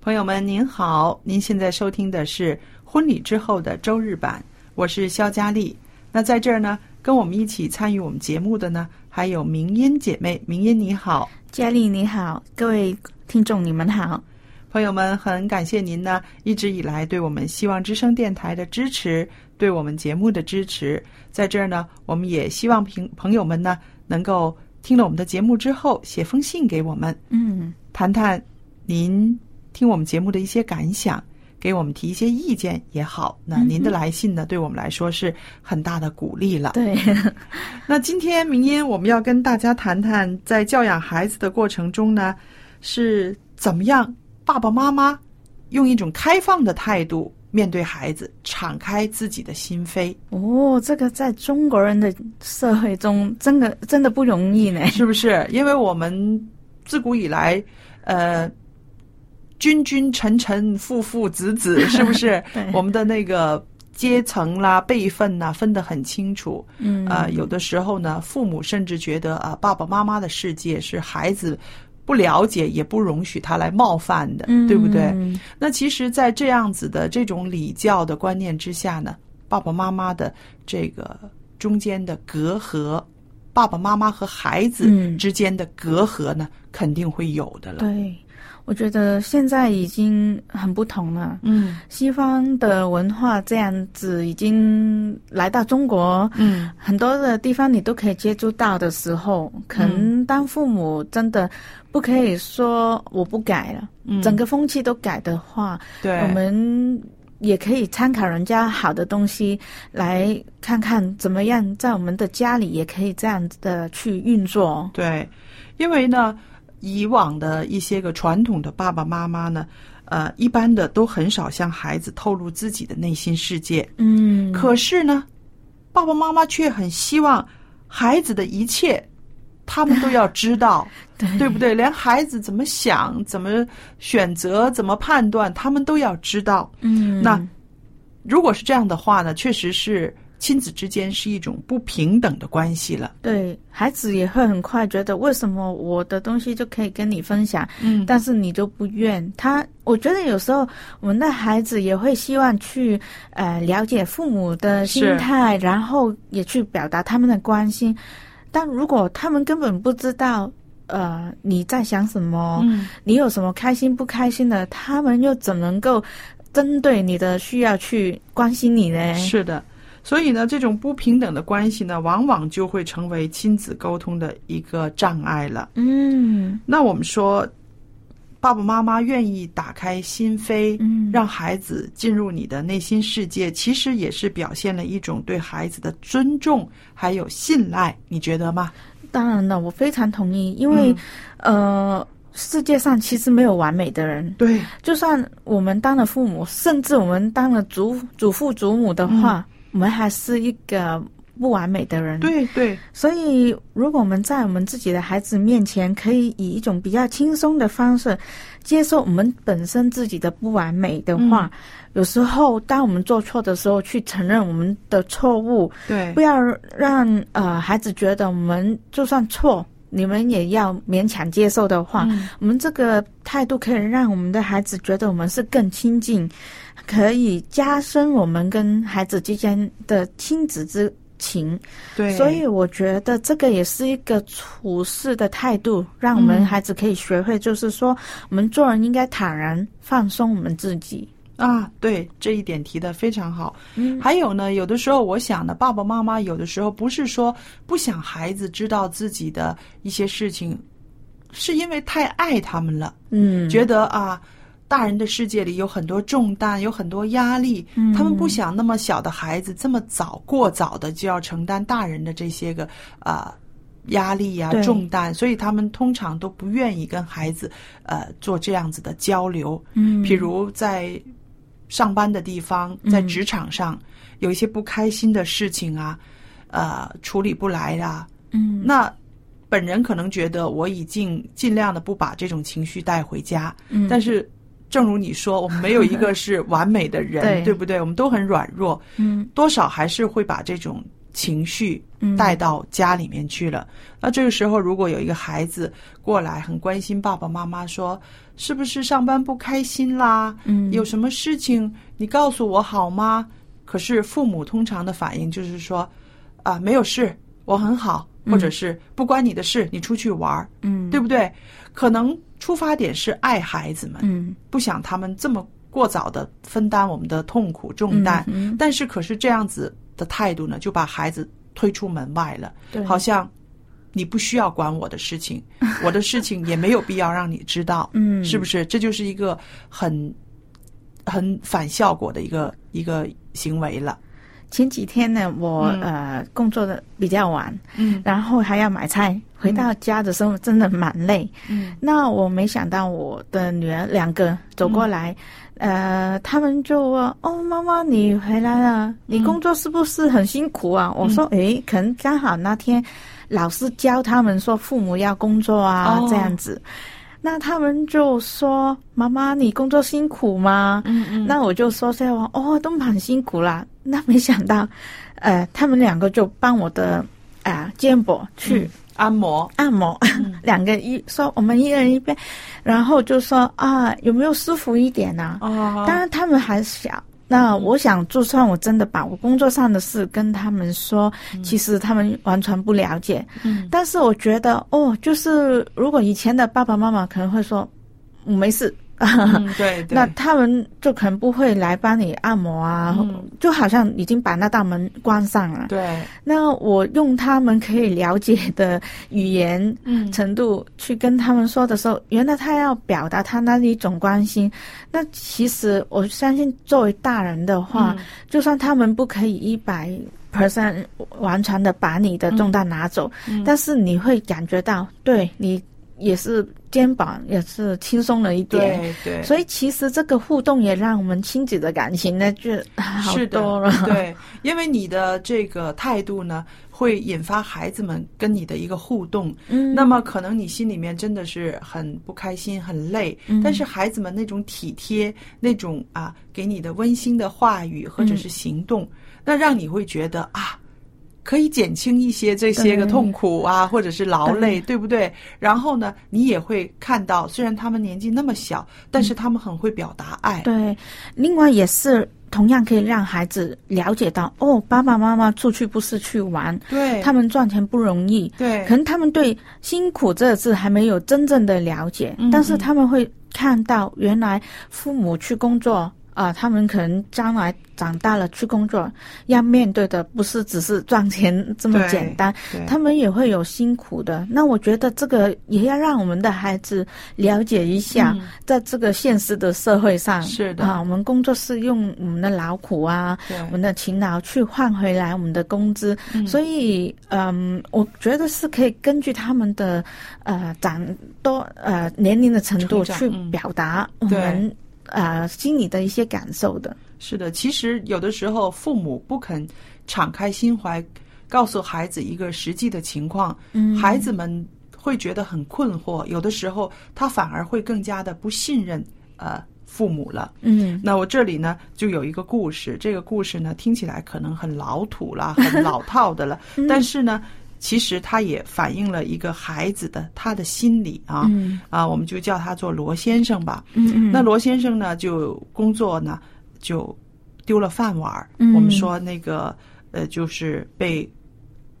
朋友们，您好，您现在收听的是《婚礼之后的周日版》，我是肖佳丽。那在这儿呢，跟我们一起参与我们节目的呢，还有明音姐妹。明音你好，佳丽你好，各位听众你们好，朋友们，很感谢您呢一直以来对我们希望之声电台的支持，对我们节目的支持。在这儿呢，我们也希望朋朋友们呢能够听了我们的节目之后，写封信给我们，嗯，谈谈您听我们节目的一些感想，给我们提一些意见也好。那您的来信呢，对我们来说是很大的鼓励了。对， 那今天明音我们要跟大家谈谈，在教养孩子的过程中呢，是怎么样爸爸妈妈用一种开放的态度面对孩子，敞开自己的心扉，哦，这个在中国人的社会中，真的真的不容易呢，是不 是？因为我们自古以来，呃。君君臣臣，父父子子，是不是 对？我们的那个阶层啦、辈分呐、分得很清楚。嗯，啊、有的时候呢，父母甚至觉得啊，爸爸妈妈的世界是孩子不了解，也不容许他来冒犯的，嗯，对不对？嗯那其实，在这样子的这种礼教的观念之下呢，爸爸妈妈的这个中间的隔阂，爸爸妈妈和孩子嗯之间的隔阂呢，肯定会有的了。对，我觉得现在已经很不同了，嗯西方的文化这样子已经来到中国，嗯很多的地方你都可以接触到的时候，可能当父母真的不可以说我不改了，嗯，整个风气都改的话，对我们也可以参考人家好的东西，来看看怎么样在我们的家里也可以这样子的去运作。对，因为呢，以往的一些个传统的爸爸妈妈呢，呃，一般的都很少向孩子透露自己的内心世界。嗯，可是呢，爸爸妈妈却很希望孩子的一切，他们都要知道，对对不对？连孩子怎么想、怎么选择、怎么判断，他们都要知道。嗯，那如果是这样的话呢，确实是亲子之间是一种不平等的关系了。对孩子也会很快觉得，为什么我的东西就可以跟你分享，嗯但是你就不愿他？我觉得有时候我们的孩子也会希望去呃了解父母的是心态，然后也去表达他们的关心。但如果他们根本不知道呃你在想什么，嗯，你有什么开心不开心的，他们又怎能够针对你的需要去关心你呢？是的，所以呢，这种不平等的关系呢，往往就会成为亲子沟通的一个障碍了。嗯那我们说，爸爸妈妈愿意打开心扉，嗯，让孩子进入你的内心世界，其实也是表现了一种对孩子的尊重还有信赖，你觉得吗？嗯当然了，我非常同意，因为、呃，世界上其实没有完美的人，对，就算我们当了嗯父母，甚至我们当了祖祖父祖母的话，我们还是一个不完美的人。对对，所以，如果我们在我们自己的孩子面前，可以以一种比较轻松的方式接受我们本身自己的不完美的话，有时候当我们做错的时候，去承认我们的错误，对不，要让呃孩子觉得我们就算错，你们也要勉强接受的话，嗯我们这个态度可以让我们的孩子觉得我们是更亲近，可以加深我们跟孩子之间的亲子之情。对，所以我觉得这个也是一个处事的态度，让我们嗯孩子可以学会，就是说我们做人应该坦然放松我们自己。啊，对这一点提的非常好。嗯还有呢，有的时候我想呢，爸爸妈妈有的时候不是说不想孩子知道自己的一些事情，是因为太爱他们了，嗯，觉得啊，大人的世界里有很多重担，有很多压力，嗯他们不想那么小的孩子这么早过早的就要承担大人的这些个啊。压力呀、对重担，所以他们通常都不愿意跟孩子，呃，做这样子的交流。嗯，譬如在上班的地方，在职场上、有一些不开心的事情啊，呃，处理不来啦、嗯那本人可能觉得我已经尽量的不把这种情绪带回家，嗯但是正如你说，我们没有一个是完美的人， 对不对？我们都很软弱，嗯多少还是会把这种情绪嗯带到家里面去了。那这个时候，如果有一个孩子过来，很关心爸爸妈妈说，是不是上班不开心啦？嗯有什么事情你告诉我好吗？可是父母通常的反应就是说，啊，没有事，我很好，或者是不关你的事，你出去玩儿，嗯对不对？可能出发点是爱孩子们，嗯不想他们这么过早的分担我们的痛苦重担，嗯嗯但是可是这样子的态度呢，就把孩子推出门外了，对好像你不需要管我的事 情，我的事情也没有必要让你知道，嗯是不是？这就是一个很很反效果的一个一个行为了，前几天呢，我、嗯呃工作的比较晚，嗯然后还要买菜，回到家的时候真的蛮累。嗯那我没想到我的女儿两个走过来，嗯呃，他们就问：“哦，妈妈，你回来嗯了，你工作是不是很辛苦啊？”我说：“诶，可能刚好那天老师教他们说父母要工作啊，哦这样子。”那他们就说：“妈妈，你工作辛苦吗？”嗯嗯那我就说下我哦，都蛮辛苦啦。那没想到，呃，他们两个就帮我的啊、肩膀去按摩，按摩，嗯 两个一说我们一人一边，然后就说啊，有没有舒服一点呢、哦当然他们还小。那我想，就算我真的把我工作上的事跟他们说，其实他们完全不了解。嗯但是我觉得，哦，就是如果以前的爸爸妈妈可能会说，嗯没事，嗯对对，那他们就可能不会来帮你按摩啊，嗯就好像已经把那道门关上了。对，那我用他们可以了解的语言嗯程度去跟他们说的时候，原来他要表达他那一种关心。那其实我相信，作为大人的话，嗯就算他们不可以一百 percent 完全的把你的重担拿走，嗯但是你会感觉到，对你也是肩膀也是轻松了一点。对对，所以其实这个互动也让我们亲子的感情呢就好是的多了。对，因为你的这个态度呢，会引发孩子们跟你的一个互动。嗯那么可能你心里面真的是很不开心、很累，嗯但是孩子们那种体贴、那种啊给你的温馨的话语或者是行动，那让你会觉得啊。可以减轻一些这些个对痛苦啊，或者是劳累，对对不对？然后呢，你也会看到，虽然他们年纪那么小，但是他们很会表达爱。嗯对，另外也是同样可以让孩子了解到，哦，爸爸妈妈出去不是去玩，对，他们赚钱不容易，对，可能他们对“辛苦”这个字还没有真正的了解，嗯但是他们会看到原来父母去工作。啊、他们可能将来长大了去工作，要面对的不是只是赚钱这么对简单，对他们也会有辛苦的。那我觉得这个也要让我们的孩子了解一下，嗯在这个现实的社会上，是的啊，我们工作是用我们的劳苦啊，对我们的勤劳去换回来我们的工资，嗯所以，嗯，我觉得是可以根据他们的呃长多呃年龄的程成度长去嗯表达我对们、呃心里的一些感受的。是的，其实有的时候父母不肯敞开心怀告诉孩子一个实际的情况，嗯孩子们会觉得很困惑，有的时候他反而会更加的不信任呃父母了。嗯那我这里呢，就有一个故事。这个故事呢，听起来可能很老土啦，很老套 的了，嗯但是呢，其实它也反映了一个孩子的他的心理啊。嗯啊，我们就叫他做罗先生吧。嗯嗯，那罗先生呢，就工作呢，就丢了饭碗儿。嗯我们说那个呃，就是被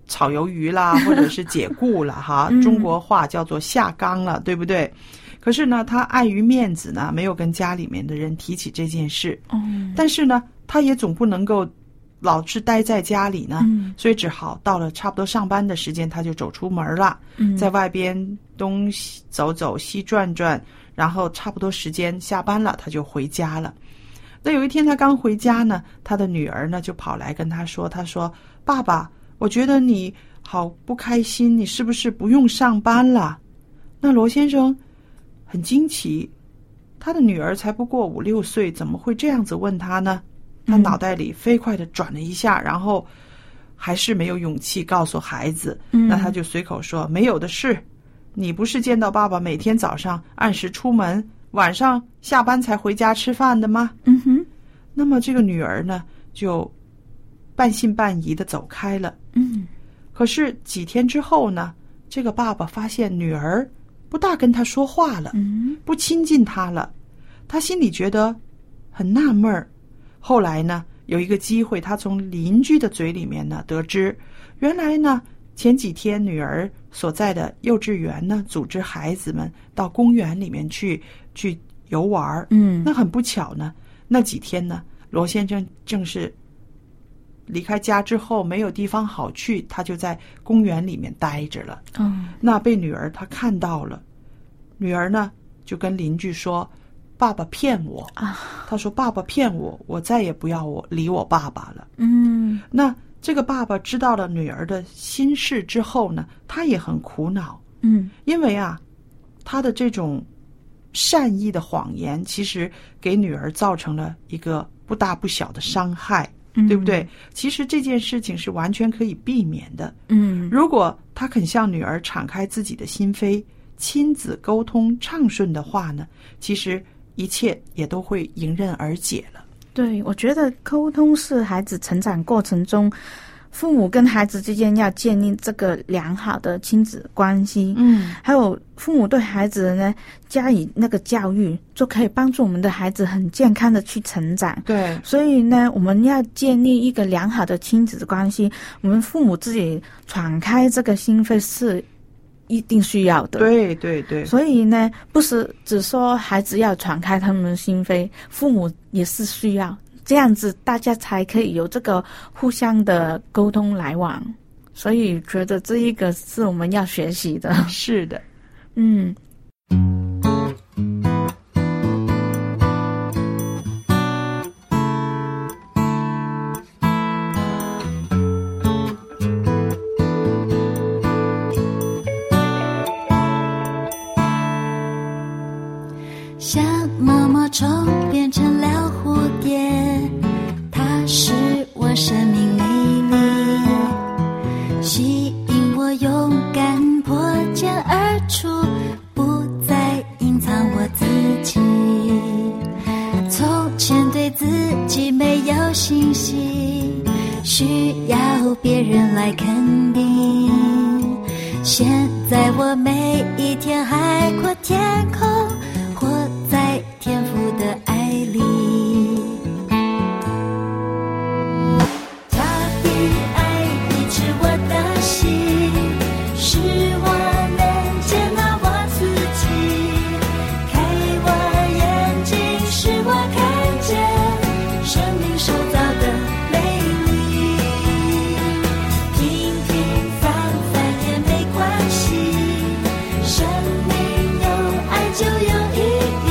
炒鱿鱼 啦，或者是解雇了哈，嗯中国话叫做下岗了，对不对？可是呢，他碍于面子呢，没有跟家里面的人提起这件事。嗯但是呢，他也总不能够老是待在家里呢，嗯所以只好到了差不多上班的时间，他就走出门了。嗯在外边东西走走西转转，然后差不多时间下班了，他就回家了。那有一天他刚回家呢，他的女儿呢就跑来跟他说：“他说爸爸，我觉得你好不开心，你是不是不用上班了？”那罗先生很惊奇，他的女儿才不过五六岁，怎么会这样子问他呢？他嗯脑袋里飞快的转了一下，然后还是没有勇气告诉孩子。嗯那他就随口说：“没有的事，你不是见到爸爸每天早上按时出门，晚上下班才回家吃饭的吗嗯哼？”那么这个女儿呢，就半信半疑的走开了。嗯可是几天之后呢，这个爸爸发现女儿不大跟他说话了。嗯不亲近他了，他心里觉得很纳闷儿。后来呢，有一个机会，他从邻居的嘴里面呢得知，原来呢前几天女儿所在的幼稚园呢组织孩子们到公园里面去去游玩儿。嗯那很不巧呢，那几天呢，罗先生正是离开家之后没有地方好去，他就在公园里面待着了。哦那被女儿她看到了，女儿呢就跟邻居说：“爸爸骗我。啊”她说：“爸爸骗我，我再也不要我理我爸爸了。嗯”那这个爸爸知道了女儿的心事之后呢，他也很苦恼，嗯因为啊，他的这种善意的谎言，其实给女儿造成了一个不大不小的伤害，嗯对不对？其实这件事情是完全可以避免的。嗯如果他肯向女儿敞开自己的心扉，亲子沟通畅顺的话呢，其实一切也都会迎刃而解了。对，我觉得沟通是孩子成长过程中，父母跟孩子之间要建立这个良好的亲子关系。嗯还有父母对孩子呢加以那个教育，就可以帮助我们的孩子很健康的去成长。对，所以呢，我们要建立一个良好的亲子关系，我们父母自己敞开这个心扉是一定需要的。，对对对，所以呢，不是只说孩子要敞开他们的心扉，父母也是需要这样子，大家才可以有这个互相的沟通来往。所以觉得这一个是我们要学习 的。是的，嗯小毛毛虫变成了蝴蝶，它是我生命美丽，吸引我勇敢破茧而出，不再隐藏我自己。从前对自己没有信心，需要别人来肯定。现在我每一天海阔天空，活在天赋的爱里。他的爱医治我的心，使我能接纳我自己，开我眼睛，使我看见生命受造的美丽。平平凡凡也没关系，生命有爱就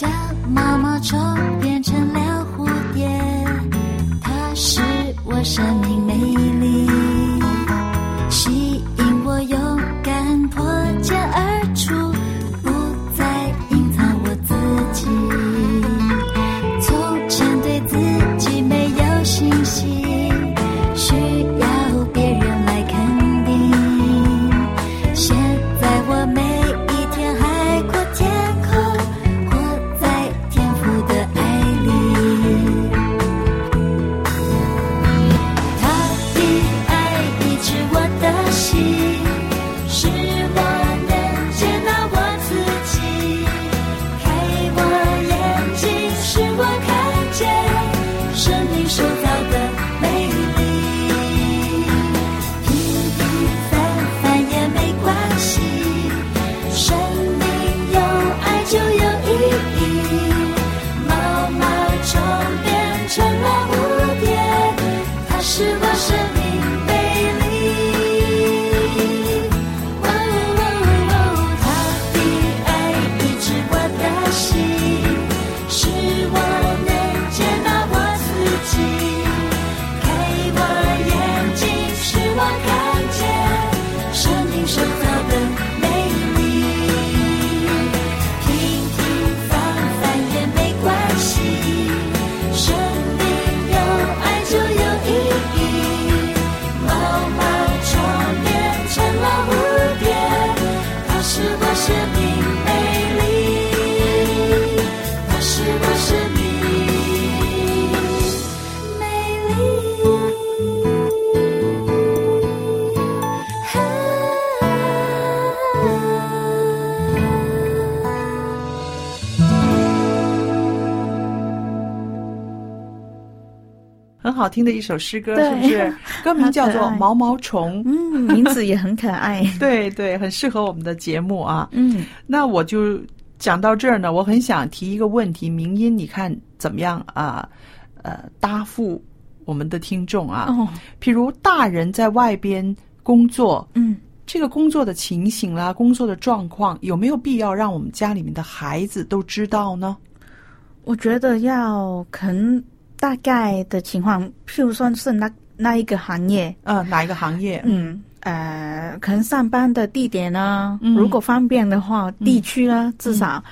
它毛毛虫变成了蝴蝶，它是我生命魅力，吸引我勇敢破茧而出，不再隐藏我自己。从前对自己没有信心，需要别人来肯定。现在我每一天海阔天空，活在天赋的爱里。他的爱医治我的心，使我能接纳我自己，开我眼睛，使我看见生命塑造的美丽。平平凡凡也没关系，生命有爱就有意义。毛毛虫变成了蝴蝶，它是我生命魅力。哦哦哦，它的爱医治我的心，使我能接纳我自己。开我眼睛，使我看见生命收造的美丽。平平凡凡也没关系，生命有爱就有意义。毛毛虫变成了蝴蝶，它是我生命魅力，它是我生命。美丽。啊很好听的一首诗歌，对是不是？歌名叫做好可《爱毛毛虫》。嗯，名字也很可爱。对对，很适合我们的节目啊。 嗯，那我就讲到这儿呢，我很想提一个问题，明音，你看怎么样啊？呃，答复我们的听众啊。哦，譬如大人在外边工作，嗯，这个工作的情形啦，工作的状况，有没有必要让我们家里面的孩子都知道呢？我觉得要可能大概的情况，譬如说是那那一个行业，呃，哪一个行业？嗯，呃，可能上班的地点呢，嗯如果方便的话，地区呢至少，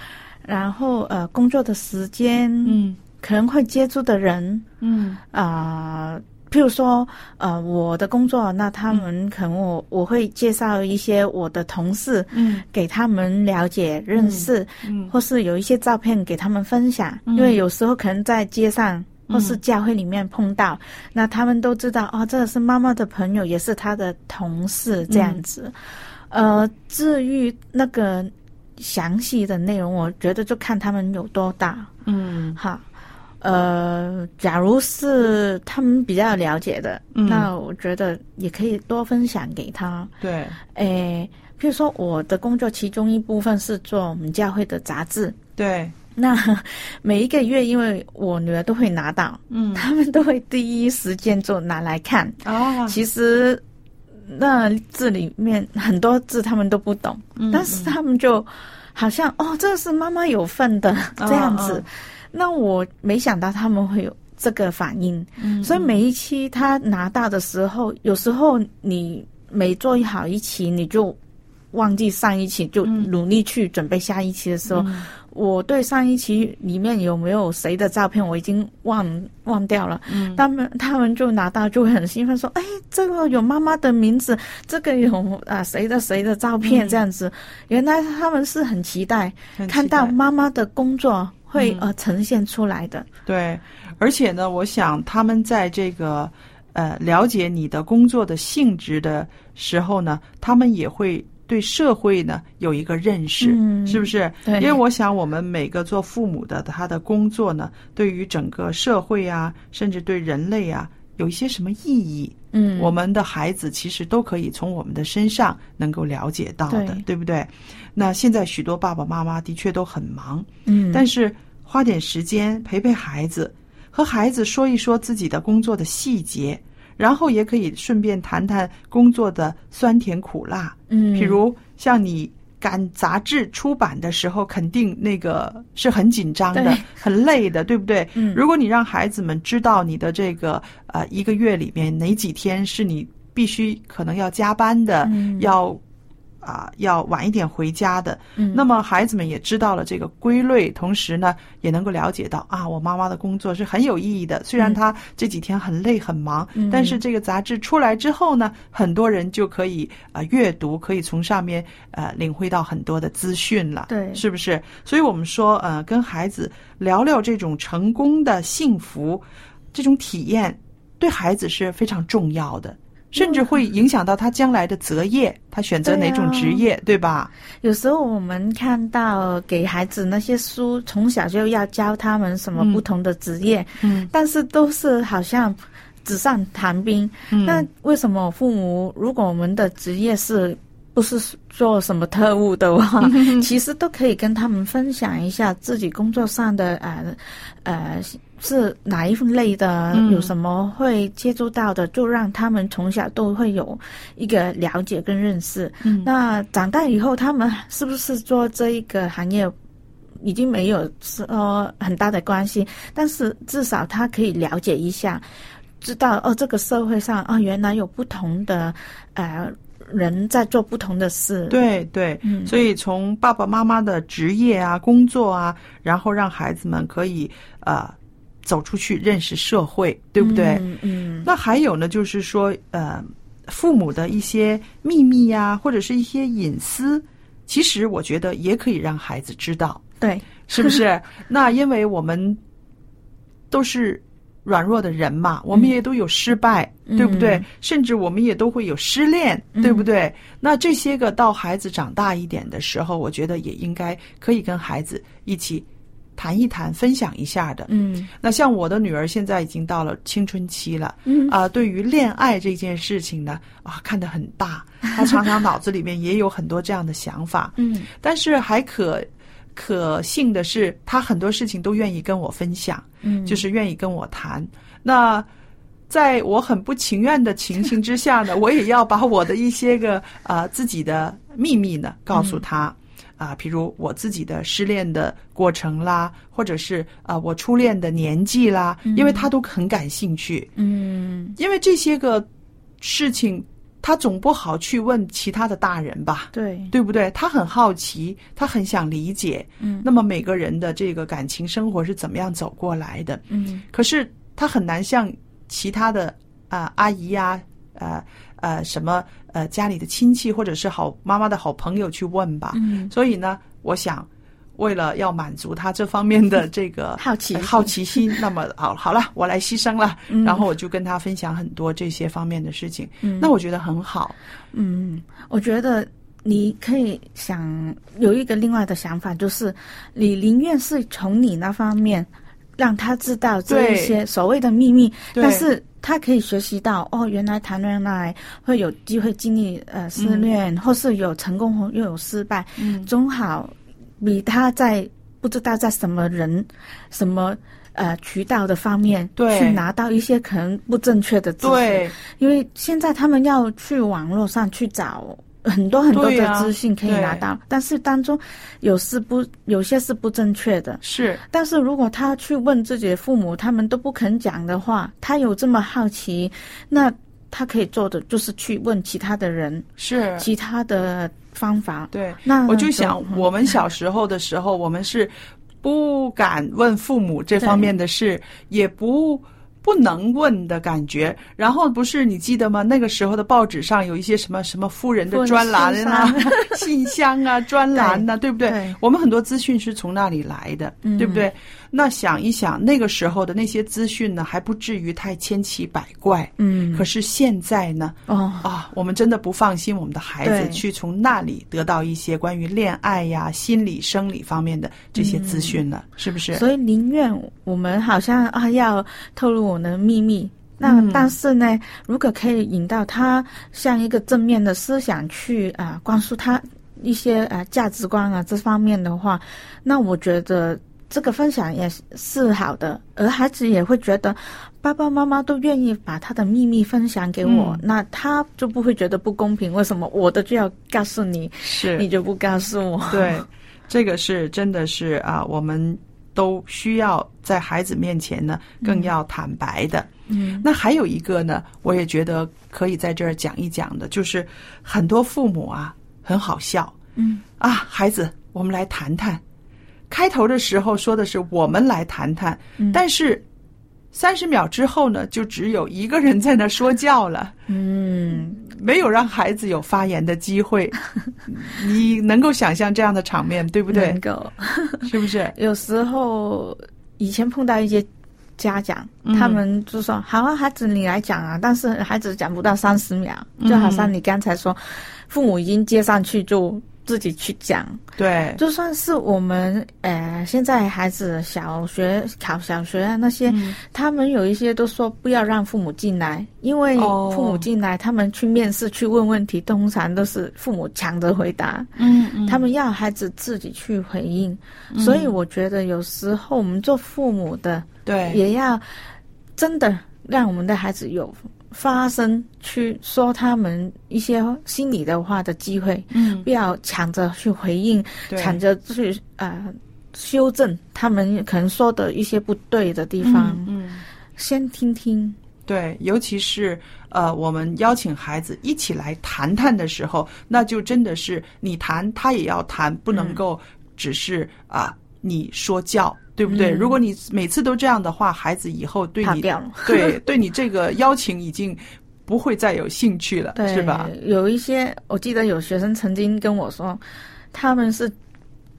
然后呃，工作的时间，嗯可能会接触的人嗯啊、呃譬如说呃，我的工作，那他们可能我我会介绍一些我的同事嗯给他们了解认识，嗯或是有一些照片给他们分享，因为有时候可能在街上。或是教会里面碰到，那他们都知道哦，这是妈妈的朋友，也是她的同事这样子。呃，至于那个详细的内容，我觉得就看他们有多大嗯哈。呃，假如是他们比较了解的，嗯那我觉得也可以多分享给他。对，诶，譬如说我的工作其中一部分是做我们教会的杂志，对，那 每一个月因为我女儿都会拿到，嗯 他们都会第一时间就拿来看。啊，其实那字里面很多字他们都不懂，嗯但是他们就好像哦，这是妈妈有份的 这样子。嗯那我没想到他们会有这个反应，嗯所以每一期他拿到的时候，有时候你每做好一期，你就忘记上一期，就嗯努力去准备下一期的时候，我对上一期里面有没有谁的照片我已经忘忘掉了。嗯他们他们就拿到就会很兴奋说：“哎，这个有妈妈的名字，这个有啊谁的谁的照嗯片，这样子。原来他们是很期待很期看到待嗯妈妈的工作会、呃呈现出来的。对，而且呢，我想他们在这个呃了解你的工作的性质的时候呢，他们也会对社会呢有一个认识，嗯是不是？对因为我想我们每个做父母的，他的工作呢，对于整个社会啊，甚至对人类啊，有一些什么意义，嗯，我们的孩子其实都可以从我们的身上能够了解到的，对对不对？那现在许多爸爸妈妈的确都很忙，嗯，但是花点时间陪陪孩子，和孩子说一说自己的工作的细节，然后也可以顺便谈谈工作的酸甜苦辣。嗯，譬如像你。赶杂志出版的时候，肯定那个是很紧张的对、 很累的，对不对？嗯如果你让孩子们知道你的这个呃一个月里面哪几天是你必须可能要加班的，嗯要啊、要晚一点回家的，嗯那么孩子们也知道了这个规律，同时呢，也能够了解到啊，我妈妈的工作是很有意义的。虽然嗯她这几天很累很忙，嗯但是这个杂志出来之后呢，很多人就可以啊、呃阅读，可以从上面呃领会到很多的资讯了，对是不是？所以我们说，呃，跟孩子聊聊这种成功的幸福，这种体验，对孩子是非常重要啊的。甚至会影响到他将来的择业，他选择哪种对啊职业，对吧？有时候我们看到给孩子那些书，从小就要教他们什么嗯不同的职业，嗯但是都是好像纸上谈兵。嗯那为什么父母如果我们的职业是不是做什么特务的话，嗯其实都可以跟他们分享一下自己工作上的呃呃是哪一类的，嗯有什么会接触到的，就让他们从小都会有一个了解跟认识。嗯那长大以后，他们是不是做这一个行业，已经没有说很大的关系，但是至少他可以了解一下，知道哦，这个社会上啊、哦原来有不同的呃人在做不同的事。，对对，嗯所以从爸爸妈妈的职业啊、工作啊，然后让孩子们可以呃走出去认识社会，对不对？嗯嗯，那还有呢，就是说呃，父母的一些秘密呀、或者是一些隐私，其实我觉得也可以让孩子知道，对，是不 是？那因为我们都是软弱的人嘛，我们也都有失败，嗯对不对？甚至我们也都会有失恋，嗯对不对？那这些个到孩子长大一点的时候，我觉得也应该可以跟孩子一起谈一谈、分享一下的。嗯那像我的女儿现在已经到了青春期了，嗯啊、对于恋爱这件事情呢，啊，看得很大，她常常脑子里面也有很多这样的想法，嗯但是还可可幸的是，他很多事情都愿意跟我分享，嗯，就是愿意跟我谈。那在我很不情愿的情形之下 呢，我也要把我的一些个呃自己的秘密呢告诉他。嗯啊，比如我自己的失恋的过程啦，或者是啊、我初恋的年纪啦，因为他都很感兴趣，嗯因为这些个事情，他总不好去问其他的大人吧？对，对不对？他很好奇，他很想理解，嗯那么每个人的这个感情生活是怎么样走过来的？嗯可是他很难像其他的啊、呃阿姨呀、呃呃什么呃家里的亲戚或者是好妈妈的好朋友去问吧。嗯所以呢，我想为了要满足他这方面 的这个好奇呃心好奇心，那么好好了，我来牺牲了，嗯然后我就跟他分享很多这些方面的事情，嗯那我觉得很好。嗯，我觉得你可以想有一个另外的想法，就是你宁愿是从你那方面让他知道这对一些所谓的秘密，对但是他可以学习到哦，原来谈恋爱会有机会经历呃失恋，或是有成功或又有失败，嗯总好比他在不知道在什么人什么。呃，渠道的方面对去拿到一些可能不正确的知识，对，因为现在他们要去网络上去找很多很多对的啊资讯可以拿对到，但是当中有是不有些是不正确的。是。但是如果他去问自己的父母，他们都不肯讲的话，他有这么好奇，那他可以做的就是去问其他的人，是，其他的方法。对，那我就想嗯，我们小时候的时候，我们是不敢问父母这方面的事，也不。不能问的感觉，然后不是你记得吗？那个时候的报纸上有一些什么什么夫人夫的人专栏啊、信 信箱 啊、专栏呐、对不对对我们很多资讯是从那里来的，嗯对不对？那想一想，那个时候的那些资讯呢，还不至于太千奇百怪。嗯，可是现在呢，哦，啊，我们真的不放心我们的孩对子去从那里得到一些关于恋爱呀、心理、生理方面的这些资讯了，是不是？嗯所以宁愿我们好像啊要透露我们的秘密，那、嗯但是呢，如果可以引导他向一个正面的思想去啊、灌输他一些啊、价值观啊这方面的话，那我觉得。这个分享也是好的，而孩子也会觉得爸爸妈妈都愿意把他的秘密分享给我，嗯那他就不会觉得不公平。为什么我的就要告诉你，是你就不告诉我？对，这个是真的是啊，我们都需要在孩子面前呢，更要坦白的。嗯，那还有一个呢，我也觉得可以在这儿讲一讲的，就是很多父母啊，很好笑。嗯啊，孩子，我们来谈谈。开头的时候说的是我们来谈谈，嗯但是三十秒之后呢，就只有一个人在那说教了。嗯，没有让孩子有发言的机 会，你能够想象这样的场面，对不对能？够。是不是？有时候以前碰到一些家长，嗯他们就说：“好啊，孩子你来讲啊。”但是孩子讲不到三十秒，就好像你刚才说，父母已经接上去就自己去讲。对，就算是我们呃，现在孩子小学考小学啊那些，嗯他们有一些都说不要让父母进来，因为哦父母进来，他们去面试去问问题，通常都是父母抢着回答。嗯嗯他们要孩子自己去回应，所以我觉得有时候我们做父母的对，也要真的让我们的孩子有发声去说他们一些心里的话的机会，嗯不要抢着去回应，对抢着去呃修正他们可能说的一些不对的地方，嗯，先听听，对，尤其是呃，我们邀请孩子一起来谈谈的时候，那就真的是你谈，他也要谈，不能够只是啊、你说教，对不对？嗯如果你每次都这样的话，孩子以后对怕你掉了。对 对你这个邀请已经不会再有兴趣了，对，是吧？？有一些，我记得有学生曾经跟我说，他们是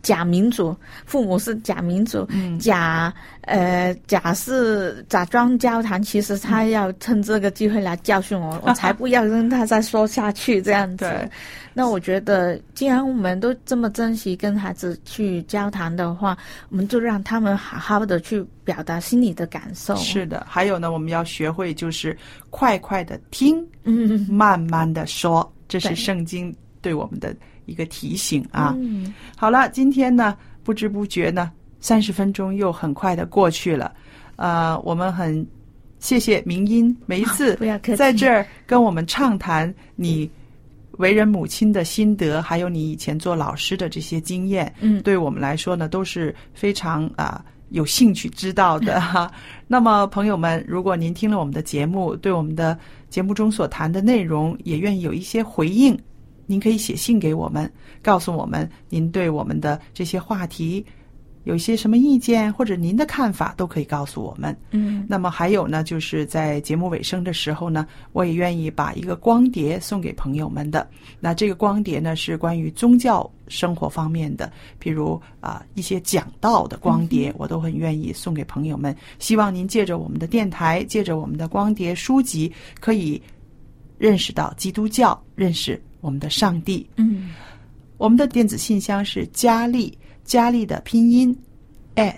假民主，父母是假民主，嗯假呃假是假装交谈，其实他要趁这个机会来教 训我，我才不要跟他再说下去这样子。对，那我觉得，既然我们都这么珍惜跟孩子去交谈的话，我们就让他们好好的去表达心里的感受。，是的。还有呢，我们要学会就是快快的听，嗯慢慢的说，这是对圣经对我们的一个提醒啊。嗯，好了，今天呢，不知不觉呢，三十分钟又很快的过去了。呃，我们很谢谢明音，每一次 不要客气嗯在这儿跟我们畅谈你为人母亲的心得，还有你以前做老师的这些经验，嗯对我们来说呢都是非常啊。有兴趣知道的 哈，那么朋友们，如果您听了我们的节目，对我们的节目中所谈的内容也愿意有一些回应，您可以写信给我们，告诉我们您对我们的这些话题有一些什么意见，或者您的看法都可以告诉我们。嗯，那么还有呢，就是在节目尾声的时候呢，我也愿意把一个光碟送给朋友们的。那这个光碟呢，是关于宗教生活方面的，譬如啊、一些讲道的光碟，我都很愿意送给朋友们。希望您借着我们的电台，借着我们的光碟书籍，可以认识到基督教，认识我们的上帝。嗯，我们的电子信箱是佳丽，佳丽的拼音 at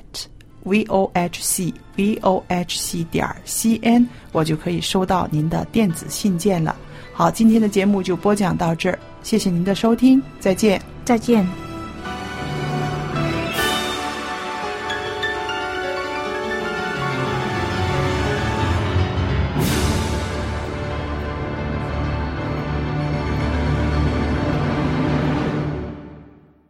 v o h c v o h c 点 c n，我就可以收到您的电子信件了。好，今天的节目就播讲到这儿，谢谢您的收听，再见。再见。